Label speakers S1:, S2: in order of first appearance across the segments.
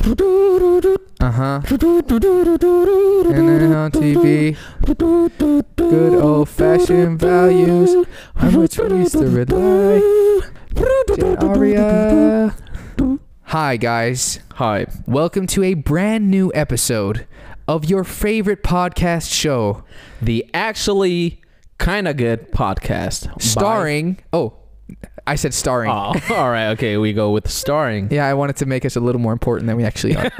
S1: Uh huh. And on TV, good old fashioned values on which we used to rely. Jet Aria. Hi, guys.
S2: Hi.
S1: Welcome to a brand new episode of your favorite podcast show,
S2: The actually kind of good podcast. by-
S1: starring. Oh, I said starring.
S2: Aw, all right. Okay. We go with starring.
S1: Yeah, I wanted to make us a little more important than we actually are.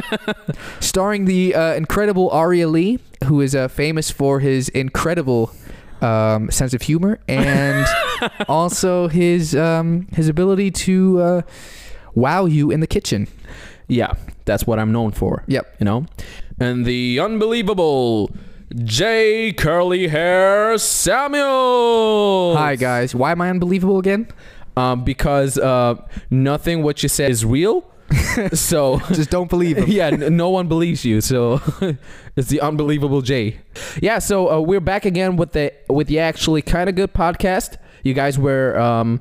S1: Starring the uh, incredible Aria Lee, who is uh, famous for his incredible um, sense of humor and also his um, his ability to uh, wow you in the kitchen.
S2: Yeah. That's what I'm known for.
S1: Yep.
S2: You know? And the unbelievable J. Curly Hair Samuel.
S1: Hi guys, why am I unbelievable again?
S2: Um, because uh, nothing what you said is real. so
S1: Just don't believe him.
S2: yeah, n- no one believes you. So it's the unbelievable Jay. Yeah, so uh, we're back again with the with the actually kind of good podcast. You guys were um,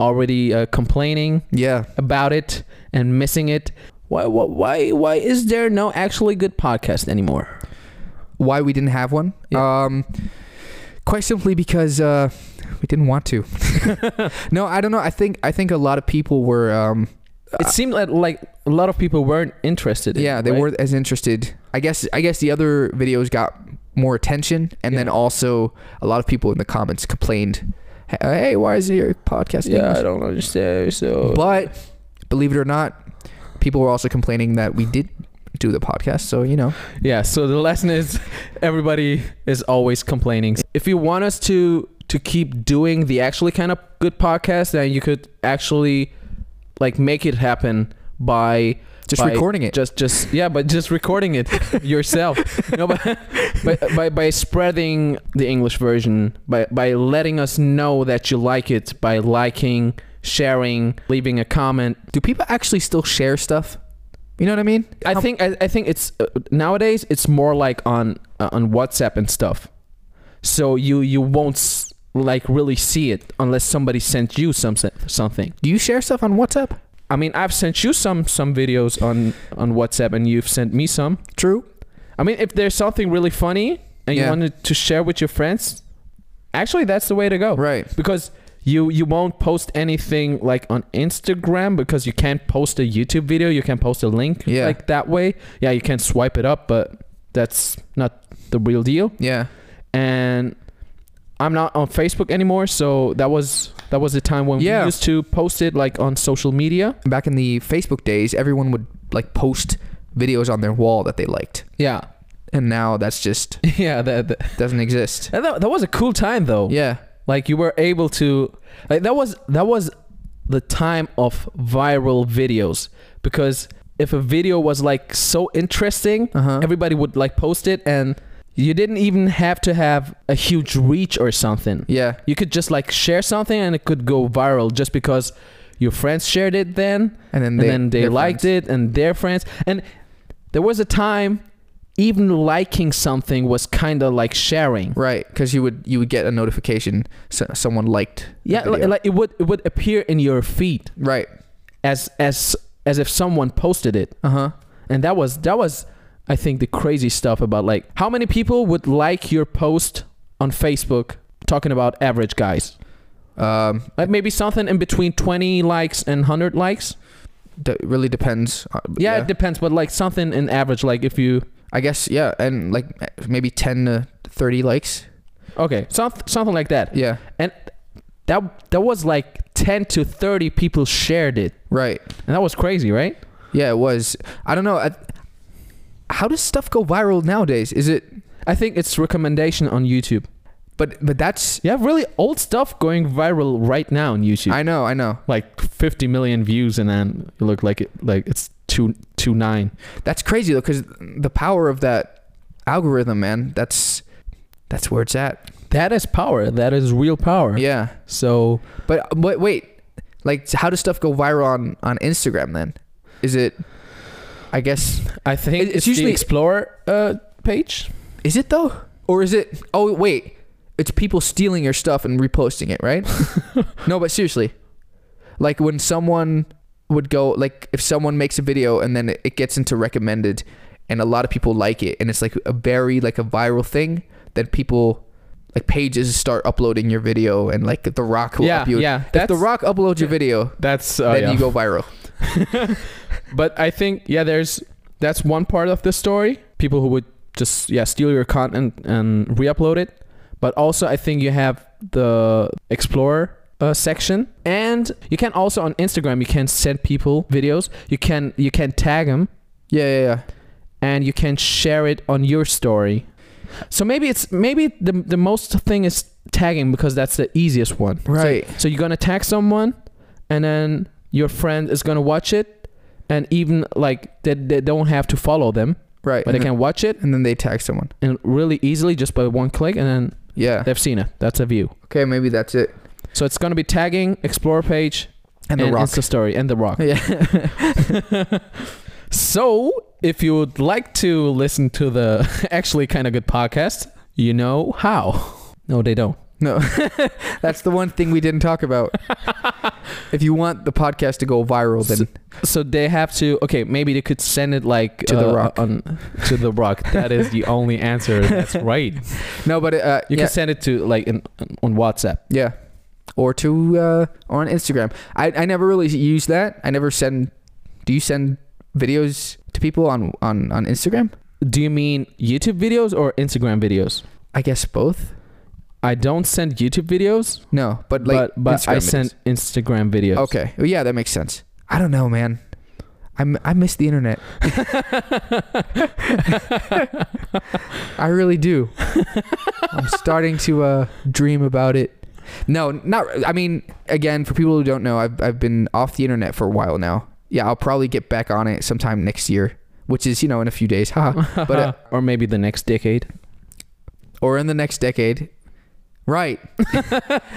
S2: already uh, complaining
S1: Yeah,
S2: about it and missing it. Why, why why why is there no actually good podcast anymore?
S1: why we didn't have one? Um, quite simply because uh, we didn't want to. no, I don't know. I think I think a lot of people were. Um,
S2: It seemed like, like a lot of people weren't interested. In
S1: yeah
S2: it,
S1: they
S2: right?
S1: weren't as interested i guess i guess the other videos got more attention and then
S2: Yeah.
S1: also a lot of people in the comments complained hey why is your podcast in
S2: Yeah, I
S1: English?"
S2: don't understand. So
S1: but believe it or not people were also complaining that we did do the podcast so you know
S2: Yeah, so the lesson is everybody is always complaining. If you want us to to keep doing the actually kind of good podcast, then you could actually like make it happen by
S1: just
S2: by
S1: recording it
S2: Just just yeah, but just recording it yourself. no, but by, by by spreading the English version, by by letting us know that you like it, by liking, sharing, leaving a comment,
S1: do people actually still share stuff you know what i mean
S2: I
S1: How-
S2: think I, I think it's uh, nowadays it's more like on uh, on WhatsApp and stuff. So you you won't s- like really see it unless somebody sent you some se- something.
S1: do you share stuff on whatsapp
S2: I mean, I've sent you some some videos on on WhatsApp and you've sent me some.
S1: true
S2: I mean, if there's something really funny and
S1: Yeah.
S2: you wanted to share with your friends, actually that's the way to go.
S1: right
S2: Because you you won't post anything like on Instagram because you can't post a YouTube video. You can post a link
S1: Yeah.
S2: like that way. Yeah, you can swipe it up, but that's not the real deal.
S1: yeah
S2: And I'm not on Facebook anymore, so that was that was the time when
S1: Yeah.
S2: we used to post it like on social media.
S1: back in the facebook days everyone would like post videos on their wall that they liked
S2: Yeah,
S1: and now that's just
S2: yeah. That that,
S1: doesn't exist.
S2: that that was a cool time though.
S1: Yeah.
S2: Like you were able to like that was that was the time of viral videos because if a video was like so interesting,
S1: Uh huh.
S2: everybody would like post it and you didn't even have to have a huge reach or something.
S1: Yeah.
S2: You could just like share something and it could go viral just because your friends shared it then
S1: And then
S2: and
S1: they
S2: then they liked it and their friends and there was a time even liking something was kind of like sharing.
S1: Right, because you would you would get a notification so, someone liked. the
S2: Yeah, like,
S1: video.
S2: like it would it would appear in your feed
S1: right.
S2: as as as if someone posted it,
S1: Uh huh.
S2: and that was that was I think the crazy stuff about like how many people would like your post on Facebook talking about average guys,
S1: Um,
S2: like maybe something in between twenty likes and hundred likes.
S1: d- really depends. uh,
S2: Yeah, it depends, but like something in average, like if you
S1: I guess yeah, and like eh, maybe ten to thirty likes.
S2: okay some, something like that.
S1: Yeah.
S2: That that was like ten to thirty people shared it,
S1: Right.
S2: and that was crazy, right?
S1: Yeah, it was. I don't know. I, how does stuff go viral nowadays? Is it?
S2: I think it's recommendation on YouTube.
S1: But but that's.
S2: You have really old stuff going viral right now on YouTube.
S1: I know. I know.
S2: like 50 million views, and then you look like it, like it's two two nine.
S1: That's crazy though, because the power of that algorithm, man. That's that's where it's at.
S2: That is power. That is real power.
S1: Yeah.
S2: So
S1: But but wait, like how does stuff go viral on on Instagram then? Is it? I guess
S2: I think
S1: It- it's
S2: it's, usually
S1: usually-
S2: the Explorer uh, page.
S1: is it though, or is it? Oh wait, it's people stealing your stuff and reposting it, right? no, but seriously, like when someone would go like if someone makes a video and then it- it gets into recommended and a lot of people like it and it's like a very like a viral thing then people like pages start uploading your video and like the rock will
S2: yeah,
S1: upload
S2: yeah.
S1: if
S2: That's
S1: the rock uploads your video
S2: That's uh,
S1: then
S2: yeah.
S1: you go viral
S2: But I think yeah, there's that's one part of the story. People who would just yeah steal your content and re-upload it. But also I think you have the explorer uh, section, and you can also on Instagram you can send people videos. You can you can tag them
S1: yeah yeah yeah
S2: and you can share it on your story. So maybe it's maybe the the most thing is tagging because that's the easiest one. So-
S1: Right.
S2: So, you're gonna tag someone, and then your friend is gonna watch it, and even like they, they don't have to follow them,
S1: right
S2: but they can
S1: and,
S2: watch it
S1: then, and then they tag someone
S2: and really easily just by one click, and then
S1: yeah
S2: they've seen it. That's a view.
S1: okay maybe that's it
S2: So it's gonna be tagging, explore page,
S1: and the rock
S2: Insta story, and the rock.
S1: yeah
S2: so, if you would like to listen to the actually kind of good podcast, you know how. No, they don't.
S1: no that's the one thing we didn't talk about if you want the podcast to go viral then
S2: So they have to. Okay, maybe they could send it like uh,
S1: To The Rock.
S2: on to the rock. That is the only answer. That's right.
S1: no but uh
S2: You
S1: yeah.
S2: can send it to like in, on WhatsApp.
S1: Yeah. Or to uh, or on Instagram. I, I never really use that. I never send. Do you send videos to people on on on Instagram?
S2: Do you mean YouTube videos or Instagram videos?
S1: I guess both.
S2: I don't send YouTube videos,
S1: No, but like
S2: but but I
S1: Instagram
S2: send Instagram videos.
S1: videos. Okay. Well, yeah, that makes sense. I don't know, man. I, m- I miss the internet. I really do. I'm starting to uh, dream about it. No, not. I mean, again, for people who don't know, I've I've been off the internet for a while now. Yeah, I'll probably get back on it sometime next year, which is you know in a few days, haha.
S2: but
S1: uh,
S2: or maybe the next decade.
S1: or in the next decade. Right. uh,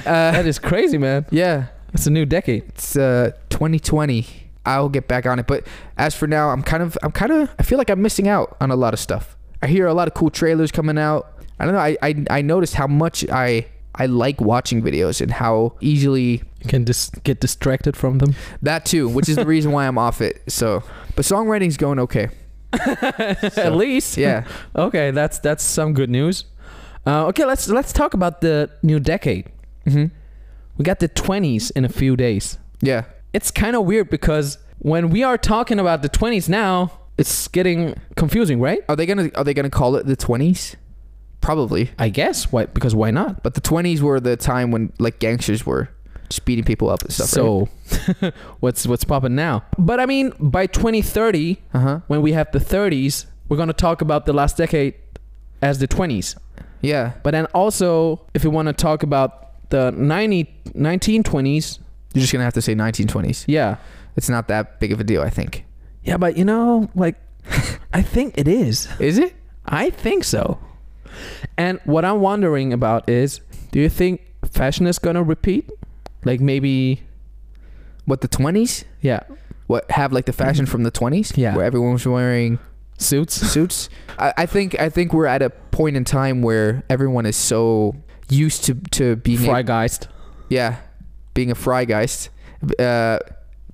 S2: That is crazy, man.
S1: yeah.
S2: It's a new decade.
S1: it's uh 2020 i'll get back on it but as for now i'm kind of i'm kind of i feel like i'm missing out on a lot of stuff i hear a lot of cool trailers coming out i don't know i i, I noticed how much i i like watching videos and how easily
S2: You can just get distracted from them.
S1: that too which is the reason why i'm off it so but songwriting's going okay
S2: At least,
S1: yeah
S2: Okay, that's that's some good news. Uh, okay, let's let's talk about the new decade.
S1: hmm
S2: We got the 20s in a few days.
S1: yeah
S2: It's kind of weird because when we are talking about the 20s now, it's getting confusing, right?
S1: are they gonna are they gonna call it the 20s probably
S2: I guess why because why not?
S1: but the 20s were the time when like gangsters were just beating people up and stuff right?
S2: so what's what's popping now? But I mean, by 2030,
S1: uh-huh
S2: when we have the 30s, we're going to talk about the last decade as the 20s.
S1: yeah
S2: But then also, if we want to talk about the 90 1920s,
S1: you're just gonna have to say 1920s
S2: yeah.
S1: It's not that big of a deal, I think.
S2: Yeah, but you know, like, I think it is.
S1: Is it?
S2: I think so. And what I'm wondering about is, do you think fashion is gonna repeat? Like maybe,
S1: What the twenties?
S2: yeah,
S1: What have like the fashion from the twenties?
S2: Mm-hmm. Yeah.
S1: where everyone was wearing
S2: suits.
S1: suits. I, I think I think we're at a point in time where everyone is so used to to being a,
S2: Frygeist.
S1: yeah, being a frygeist. Uh,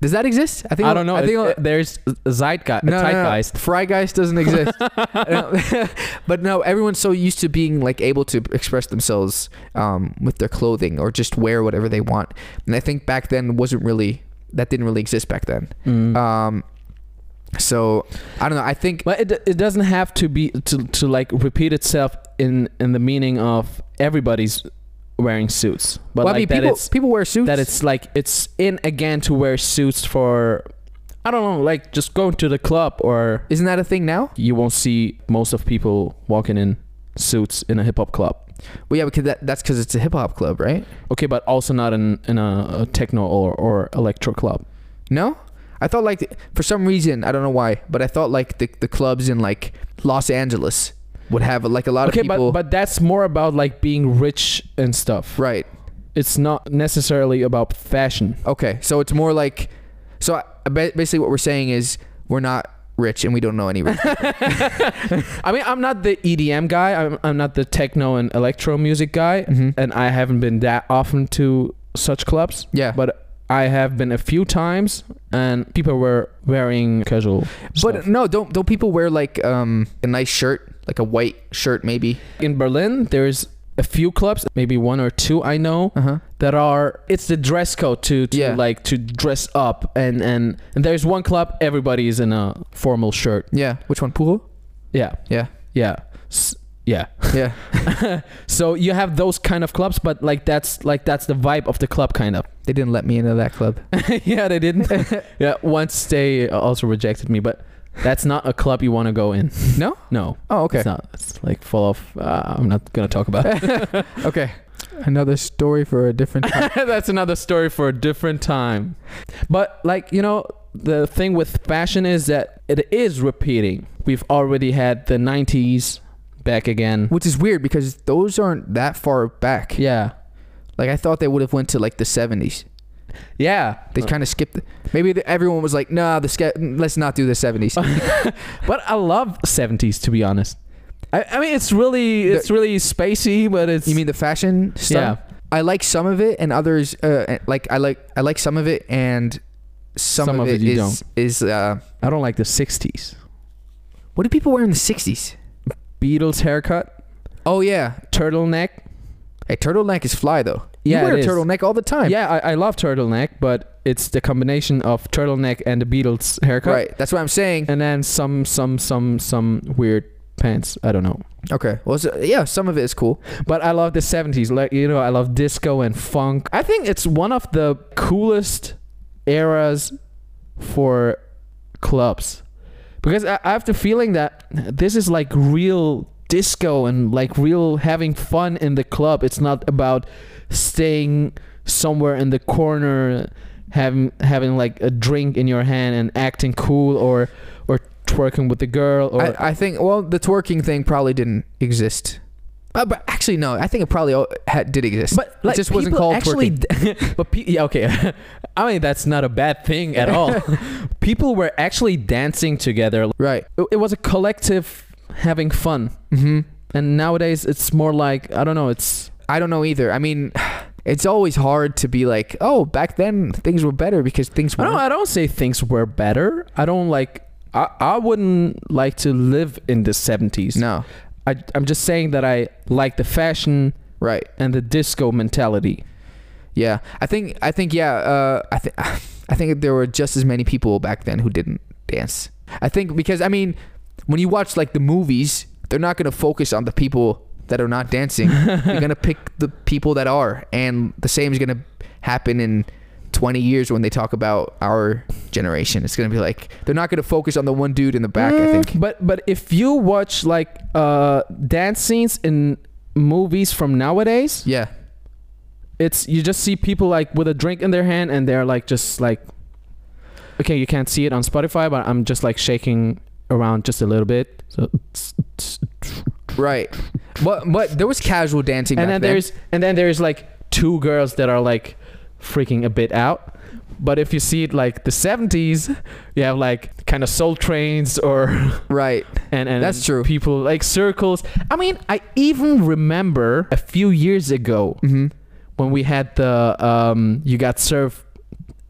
S1: does that exist? I
S2: I don't know.
S1: I think
S2: it- there's a zeitgeist.
S1: no, no, no, no.
S2: zeitgeist.
S1: Frygeist doesn't exist. No. but no, everyone's so used to being like able to express themselves um, with their clothing or just wear whatever they want. And I think back then wasn't really that didn't really exist back then.
S2: Mm.
S1: Um, so I don't know. I think
S2: but it, it doesn't have to be to, to like repeat itself in in the meaning of everybody's wearing suits. But
S1: well,
S2: like
S1: I mean,
S2: that
S1: people
S2: it's
S1: people wear suits.
S2: that it's like it's in again to wear suits for I don't know, like just going to the club or
S1: isn't that a thing now?
S2: you won't see most of people walking in suits in a hip hop club.
S1: Well, yeah, because that, that's because it's a hip hop club, right?
S2: Okay, but also not in in a, a techno or, or electro club.
S1: No, I thought like for some reason I don't know why, but I thought like the the clubs in like Los Angeles would have like a lot
S2: Okay,
S1: of people.
S2: but but that's more about like being rich and stuff.
S1: right.
S2: It's not necessarily about fashion.
S1: Okay, so it's more like, so I- I, ba- basically what we're saying is we're not rich and we don't know any rich.
S2: I mean, I'm not the EDM guy. I'm I'm not the techno and electro music guy,
S1: Mhm.
S2: and I haven't been that often to such clubs.
S1: Yeah,
S2: But I have been a few times, and people were wearing casual.
S1: But
S2: stuff.
S1: no, don't don't people wear like um a nice shirt, like a white shirt maybe?
S2: in Berlin, there's a few clubs, maybe one or two I know,
S1: Uh huh.
S2: that are it's the dress code to, to
S1: Yeah.
S2: like to dress up and, and and there's one club everybody is in a formal shirt.
S1: Yeah. Which one? Puro?
S2: Yeah.
S1: Yeah.
S2: Yeah. S- yeah.
S1: Yeah.
S2: So you have those kind of clubs, but like that's like that's the vibe of the club kind of.
S1: they didn't let me into that club.
S2: yeah, they didn't. yeah, once they uh, also rejected me, but that's not a club you want to go in.
S1: No?
S2: No.
S1: Oh, okay.
S2: It's not. It's like fall off. Uh, I'm not gonna talk about. it.
S1: okay. Another story for a different time.
S2: That's another story for a different time. But like you know, the thing with fashion is that it is repeating. We've already had the '90s back again.
S1: Which is weird because those aren't that far back.
S2: Yeah,
S1: Like I thought they would have went to like the 70s.
S2: yeah.
S1: They kind of skipped. Maybe the, everyone was like, "Nah, the ske- let's not do the 70s."
S2: but I love '70s to be honest. I, I mean, it's really
S1: The-
S2: it's really spacey, but it's
S1: you mean the fashion
S2: yeah
S1: stuff? I like some of it and others uh, like I like I like some of it and some, of, it
S2: you
S1: is-
S2: don't.
S1: is uh
S2: I don't like the '60s
S1: what do people wear in the 60s?
S2: Beatles haircut,
S1: Oh yeah.
S2: turtleneck.
S1: Hey, turtleneck is fly though. You
S2: Yeah,
S1: wear
S2: it
S1: a
S2: is.
S1: turtleneck all the time.
S2: Yeah, I, I love turtleneck, but it's the combination of turtleneck and the Beatles haircut.
S1: Right. That's what I'm saying.
S2: and then some some some some weird pants i don't know
S1: Okay. Well, so, yeah, some of it is cool.
S2: but i love the 70s like you know i love disco and funk i think it's one of the coolest eras for clubs because i, I have the feeling that this is like real disco and like real having fun in the club it's not about staying somewhere in the corner having having like a drink in your hand and acting cool or or twerking with the girl or
S1: I, I think well, the twerking thing probably didn't exist. Uh, but actually, no. I think it probably all- had, did exist.
S2: But like,
S1: just wasn't
S2: people
S1: called
S2: actually. but pe- yeah, okay. I mean, that's not a bad thing at all. people were actually dancing together.
S1: right.
S2: It, it was a collective having fun.
S1: hmm
S2: And nowadays, it's more like I don't know. It's
S1: I don't know either. I mean, it's always hard to be like, oh, back then things were better because things
S2: I
S1: were.
S2: don't. I don't say things were better. I don't like. I, I wouldn't like to live in the seventies.
S1: No.
S2: I, I'm just saying that I like the fashion
S1: Right.
S2: and the disco mentality.
S1: Yeah. I think. I think. Yeah. Uh, I think. I think there were just as many people back then who didn't dance. I think because I mean, when you watch like the movies, they're not going to focus on the people that are not dancing. You're going to pick the people that are, and the same is going to happen in 20 years when they talk about our generation. It's going to be like they're not going to focus on the one dude in the back. I
S2: Mm,
S1: think.
S2: But but if you watch like uh dance scenes in movies from nowadays,
S1: Yeah.
S2: it's you just see people like with a drink in their hand and they're like just like Okay, you can't see it on Spotify, but I'm just like shaking around just a little bit. So
S1: Right. But but there was casual dancing.
S2: and then
S1: back
S2: there's and then there's like two girls that are like freaking a bit out. But if you see it like the 70s, you have like kind of soul trains or
S1: right.
S2: and, and
S1: That's true.
S2: people like circles i mean i even remember a few years ago
S1: hmm
S2: when we had the um you got served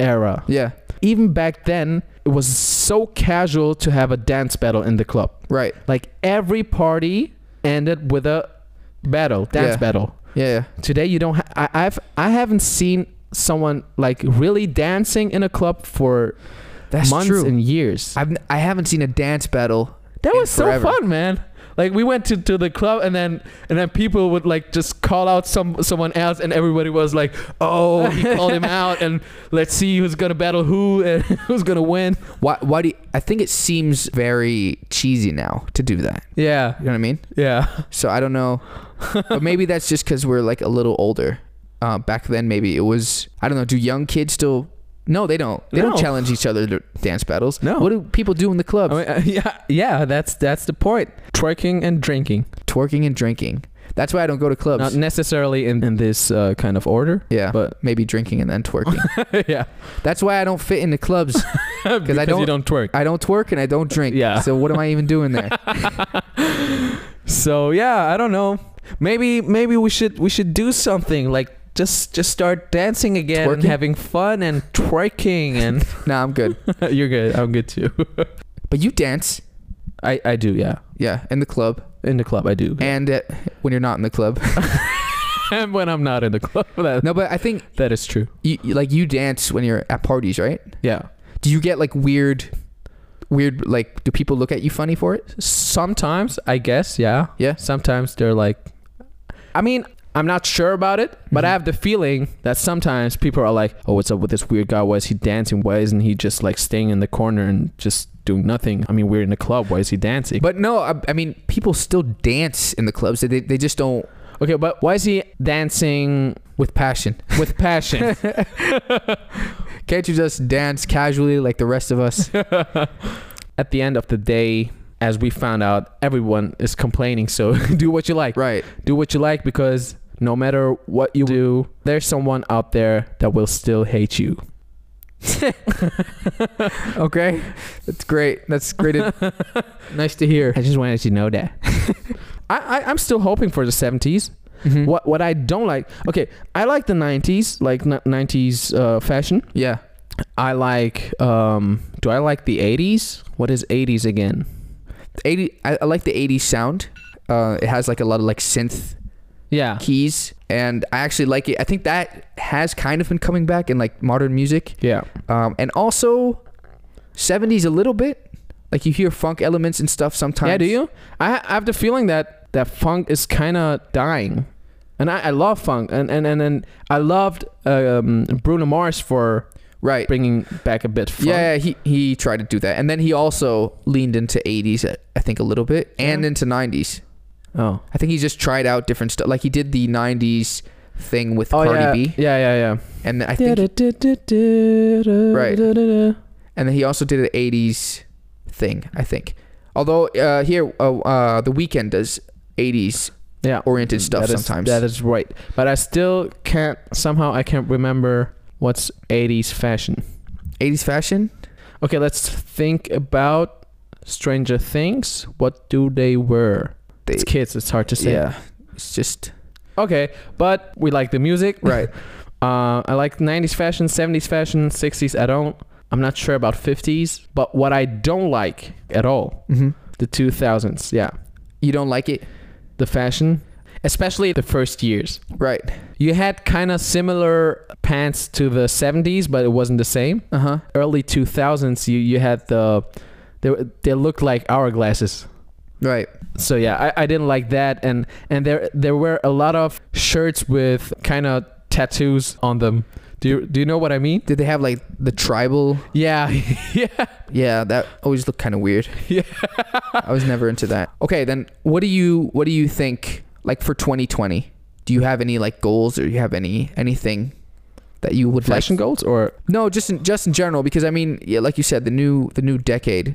S2: era
S1: Yeah.
S2: even back then it was so casual to have a dance battle in the club
S1: Right.
S2: like every party ended with a battle dance
S1: Yeah.
S2: battle
S1: Yeah. yeah.
S2: today you don't ha- I, i've i haven't seen someone like really dancing in a club for
S1: That's
S2: months
S1: true.
S2: and years
S1: I've I haven't seen a dance battle.
S2: That
S1: in
S2: was so
S1: forever.
S2: fun, man. Like we went to, to the club and then and then people would like just call out some someone else and everybody was like, "Oh, he called him out and let's see who's going to battle who and who's going to win."
S1: Why why do you, I think it seems very cheesy now to do that.
S2: Yeah.
S1: You know what I mean?
S2: Yeah.
S1: So I don't know. but maybe that's just cuz we're like a little older. Uh, back then maybe it was I don't know, do young kids still No, they don't. They
S2: No.
S1: don't challenge each other to dance battles.
S2: No.
S1: What do people do in the club?
S2: uh, yeah, yeah, that's that's the point. Twerking and drinking.
S1: Twerking and drinking. That's why I don't go to clubs.
S2: Not necessarily in, in this uh, kind of order,
S1: yeah.
S2: but
S1: maybe drinking and then twerking.
S2: yeah.
S1: that's why I don't fit into clubs.
S2: Because you
S1: don't-
S2: don't twerk.
S1: I don't twerk and I don't drink.
S2: Yeah.
S1: So what am I even doing there?
S2: so yeah, I don't know. Maybe maybe we should we should do something like just just start dancing again and
S1: Twerking?
S2: having fun and twerking and
S1: Nah, I'm good.
S2: you're good. I'm good too.
S1: But you dance,
S2: I I do yeah.
S1: yeah, in the club,
S2: In the club I do.
S1: and uh, when you're not in the club.
S2: And when I'm not in the club that
S1: no, but I think
S2: that is true.
S1: you, you- like you dance when you're at parties, right?
S2: Yeah.
S1: Do you get like weird, weird like do people look at you funny for it?
S2: Sometimes I guess yeah.
S1: Yeah.
S2: Sometimes they're like I mean I'm not sure about it, but I
S1: Mhm.
S2: have the feeling that sometimes people are like, "Oh, what's up with this weird guy? Why is he dancing? Why isn't he just like staying in the corner and just doing nothing? I mean, we're in the club. Why is he dancing?"
S1: But no, I, I mean people still dance in the clubs. They they just don't
S2: Okay, but why is he dancing
S1: with passion.
S2: with passion?
S1: Can't you just dance casually like the rest of us?
S2: At the end of the day, as we found out, everyone is complaining. So do what you like.
S1: right.
S2: Do what you like because no matter what you do, there's someone out there that will still hate you.
S1: Okay. That's great. That's great. nice to hear.
S2: I just wanted you to know that. Mm-hmm. I, I I'm still hoping for the 70s.
S1: Mhm.
S2: What what I don't like. Okay, I like the 90s, like n- 90s uh, fashion.
S1: Yeah.
S2: I like. um Do I like the 80s? What is 80s again?
S1: 80 I, I like the 80s sound. Uh, it has like a lot of like synth
S2: Yeah.
S1: keys and I actually like it. I think that has kind of been coming back in like modern music.
S2: Yeah.
S1: Um, and also 70s a little bit. Like you hear funk elements and stuff sometimes.
S2: Yeah, do you? I, I have the feeling that that funk is kind of dying, and I, I love funk, and and and, and I loved um, Bruno Mars for
S1: Right.
S2: bringing back a bit funk.
S1: Yeah, he he tried to do that. And then he also leaned into 80s I- I think a little bit and
S2: Yeah.
S1: into 90s.
S2: Oh.
S1: I think he just tried out different stuff. Like he did the 90s thing with
S2: Oh
S1: Cardi
S2: yeah.
S1: B
S2: yeah. Yeah. Yeah.
S1: and I think Right.
S2: Right.
S1: and then he also did an 80s thing i think although uh here uh, uh the weekend does 80s
S2: Yeah.
S1: oriented stuff
S2: Mm, That is-
S1: sometimes
S2: That is right, but I still can't. Somehow I can't remember what's '80s fashion.
S1: 80s fashion
S2: Okay, let's think about Stranger Things. What do they wear?
S1: They-
S2: it's kids. It's hard to say.
S1: yeah it's just
S2: Okay, but we like the music.
S1: right
S2: Uh, I like 90s fashion, 70s fashion, 60s. I don't. I'm not sure about 50s, but what I don't like at all,
S1: mm-hmm.
S2: the 2000s. Yeah,
S1: you don't like it
S2: the fashion, especially the first years.
S1: right
S2: You had kind of similar pants to the 70s, but it wasn't the same.
S1: uh-huh
S2: Early 2000s, you you had the they were- they looked like hourglasses.
S1: right
S2: So yeah, I, I didn't like that, and and there there were a lot of shirts with kind of tattoos on them. Do you do you know what I mean?
S1: did they have like the tribal
S2: Yeah, yeah.
S1: yeah that always looked kind of weird
S2: Yeah.
S1: i was never into that okay then what do you what do you think like for 2020 do you have any like goals or you have any anything that you would like
S2: Fashion goals or
S1: No, just in, just in general, because I mean, yeah, like you said, the new the new decade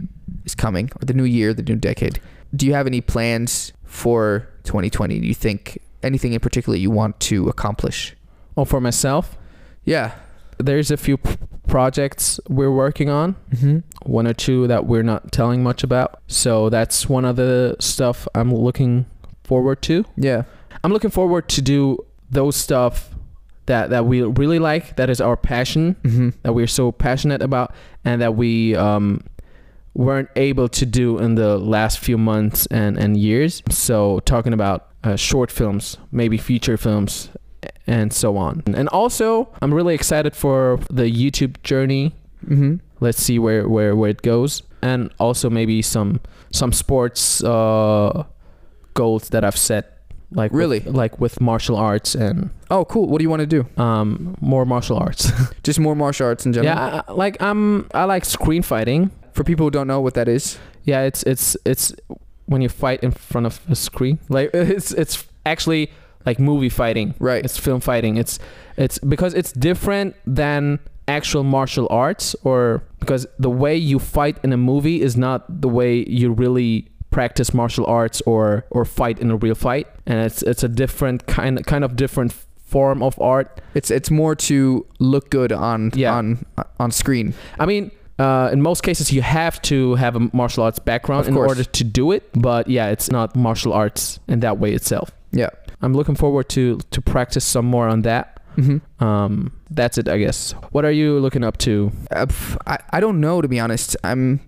S1: is coming, or the new year, the new decade. Do you have any plans for 2020? Do you think anything in particular you want to accomplish?
S2: or Oh, for myself.
S1: Yeah.
S2: There's a few p- projects we're working on,
S1: Mm-hmm.
S2: one or two that we're not telling much about. So that's one of the stuff I'm looking forward to.
S1: Yeah.
S2: I'm looking forward to do those stuff that that we really like, that is our passion,
S1: Mm-hmm.
S2: that we're so passionate about and that we um, weren't able to do in the last few months and, and years. So, talking about uh, short films, maybe feature films, and so on. And also, I'm really excited for the YouTube journey.
S1: Mm-hmm.
S2: Let's see where, where, where it goes, and also maybe some some sports uh, goals that I've set, like with-
S1: Really?
S2: like with martial arts and
S1: Oh, cool. What do you want to do?
S2: um, more martial arts.
S1: Just more martial arts in general.
S2: Yeah, I, I- like I'm I like screen fighting.
S1: For people who don't know what that is.
S2: Yeah, it's it's it's when you fight in front of a screen. Like it's it's actually like movie fighting.
S1: Right.
S2: It's film fighting. It's it's because it's different than actual martial arts or because the way you fight in a movie is not the way you really practice martial arts or or fight in a real fight and it's it's a different kind kind of different form of art
S1: It's it's more to look good on
S2: Yeah.
S1: on on screen.
S2: I mean, uh, in most cases, you have to have a martial arts background
S1: Of
S2: in
S1: course.
S2: order to do it. But yeah, it's not martial arts in that way itself.
S1: Yeah.
S2: I'm looking forward to to practice some more on that.
S1: hmm
S2: Um, that's it, I guess. What are you looking up to?
S1: Uh, pff, I, I don't know to be honest. I'm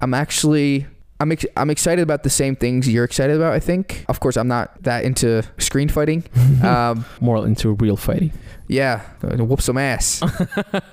S1: I'm actually I'm ex- I'm excited about the same things you're excited about. I think. Of course, I'm not that into screen fighting. um,
S2: More into real fighting.
S1: yeah, uh, whoop some ass.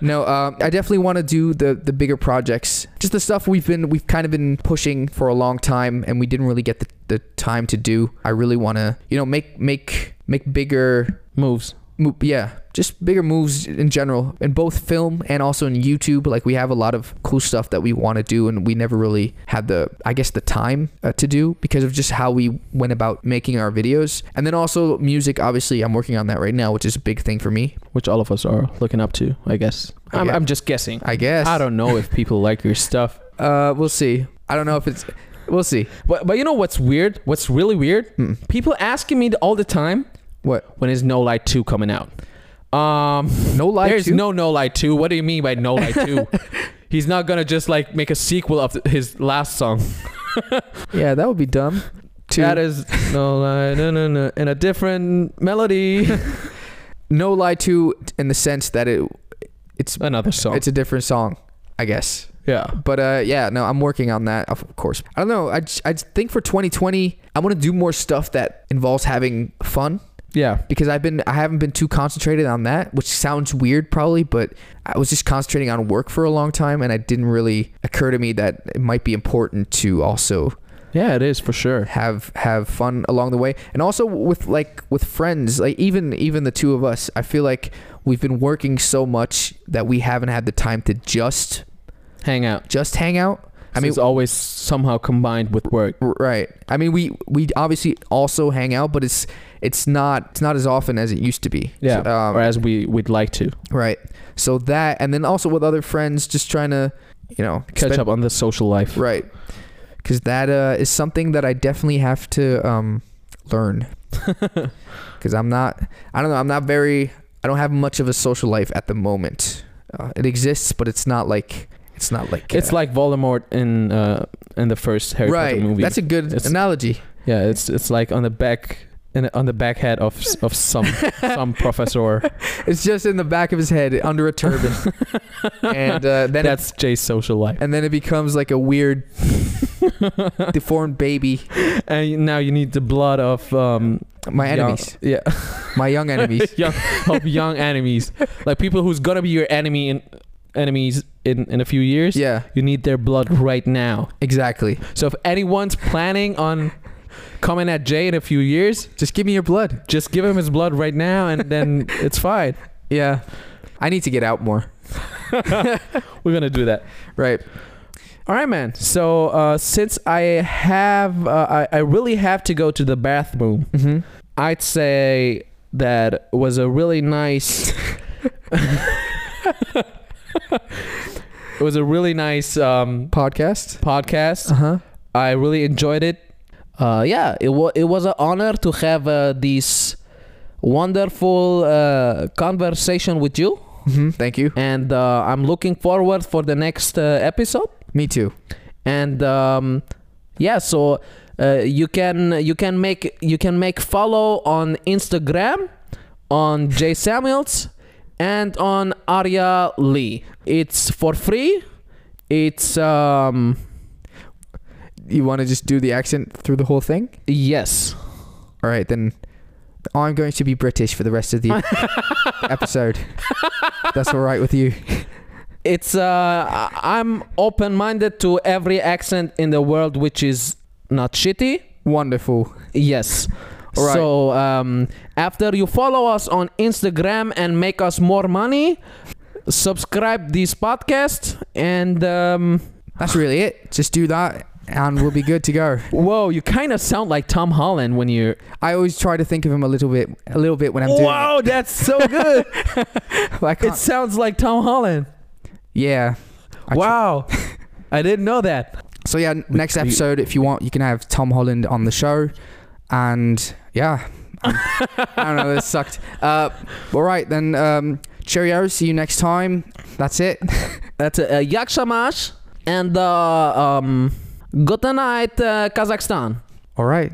S1: no, um, I definitely want to do the the bigger projects. Just the stuff we've been we've kind of been pushing for a long time, and we didn't really get the, the time to do. I really want to you know make make make bigger
S2: Moves.
S1: mo- yeah just bigger moves in general in both film and also in youtube like we have a lot of cool stuff that we want to do and we never really had the i guess the time uh, to do because of just how we went about making our videos and then also music obviously i'm working on that right now which is a big thing for me
S2: which all of us are looking up to, I guess.
S1: I
S2: I'm,
S1: guess.
S2: I'm just guessing.
S1: i guess
S2: I don't know if people like your stuff.
S1: uh we'll see i don't know if it's we'll see
S2: But, but you know what's weird? What's really weird?
S1: Hmm.
S2: People asking me all the time
S1: what
S2: when is No Light 2 coming out? Um,
S1: no lie
S2: there's
S1: to-
S2: no No Light 2. What do you mean by No Light 2? He's not gonna just like make a sequel of his last song.
S1: yeah that would be dumb Two.
S2: That is no lie, no no no, in a different melody.
S1: no lie to in the sense that it it's
S2: Another song.
S1: it's a different song i guess
S2: yeah.
S1: But uh, yeah, no, I'm working on that, of course. I don't know. I, j- I just think for 2020, I want to do more stuff that involves having fun
S2: Yeah.
S1: because I've been I haven't been too concentrated on that, which sounds weird probably, but I was just concentrating on work for a long time, and it didn't really occur to me that it might be important to also
S2: Yeah, it is for sure.
S1: have have fun along the way, and also with like with friends, like even even the two of us. I feel like we've been working so much that we haven't had the time to just
S2: Hang out.
S1: just hang out. I mean,
S2: it's always somehow combined with work.
S1: Right. I mean, we we obviously also hang out, but it's it's not it's not as often as it used to be.
S2: Yeah,
S1: So, um,
S2: or as we would like to
S1: Right. So that, and then also with other friends, just trying to, you know,
S2: catch
S1: spend-
S2: up on the social life.
S1: Right. Because that uh, is something that I definitely have to um, learn. Because I'm not, I don't know, I'm not very, I don't have much of a social life at the moment. Uh, it exists, but it's not like it's not like uh,
S2: It's like Voldemort in uh, in the first Harry
S1: right.
S2: Potter movie.
S1: That's a good
S2: It's-
S1: analogy.
S2: yeah, it's it's like on the back in, on the back head of s- of some some professor.
S1: It's just in the back of his head under a turban, and uh, then it,
S2: That's Jay's social life.
S1: and then it becomes like a weird, deformed baby.
S2: And now you need the blood of um
S1: My
S2: young-
S1: enemies,
S2: yeah,
S1: my young enemies.
S2: young of young enemies, like people who's gonna be your enemy in enemies in in a few years.
S1: yeah,
S2: You need their blood right now.
S1: exactly.
S2: So if anyone's planning on coming at Jay in a few years,
S1: Just give me your blood.
S2: just give him his blood right now and then it's fine.
S1: Yeah, I need to get out more.
S2: We're gonna do that.
S1: Right.
S2: All right, man. So uh, since I have, uh, I, I really have to go to the bathroom.
S1: Mm-hmm.
S2: I'd say that was a really nice. it was a really nice um,
S1: Podcast.
S2: podcast.
S1: Uh huh.
S2: I really enjoyed it. Uh, yeah, it was it was an honor to have uh, this wonderful uh, conversation with you,
S1: hmm Thank you.
S2: and uh, I'm looking forward for the next uh, episode.
S1: Me too.
S2: And um, yeah, so uh, you can you can make you can make follow on Instagram on Jay Samuels and on Arya Lee. It's for free. It's um,
S1: You want to just do the accent through the whole thing?
S2: yes.
S1: All right, then. I'm going to be British for the rest of the episode. That's all right with you.
S2: it's uh I- i'm open-minded to every accent in the world which is not shitty
S1: Wonderful.
S2: yes
S1: All right.
S2: so um after you follow us on instagram and make us more money subscribe this podcast and um
S1: That's really it. Just do that, and we'll be good to go.
S2: whoa you kind of sound like tom holland when you're
S1: I always try to think of him a little bit, a little bit when I'm doing
S2: wow that's so good
S1: it. But I can't-
S2: it sounds like tom holland
S1: yeah. I tr-
S2: wow i didn't know that
S1: So yeah, n- next
S2: we-
S1: episode, if you want, you can have Tom Holland on the show, and yeah, I'm- I don't know. This sucked. Uh, all right then. Um, cheerio. See you next time. That's it.
S2: that's a, a yakshamash and uh um good night uh, kazakhstan
S1: All right.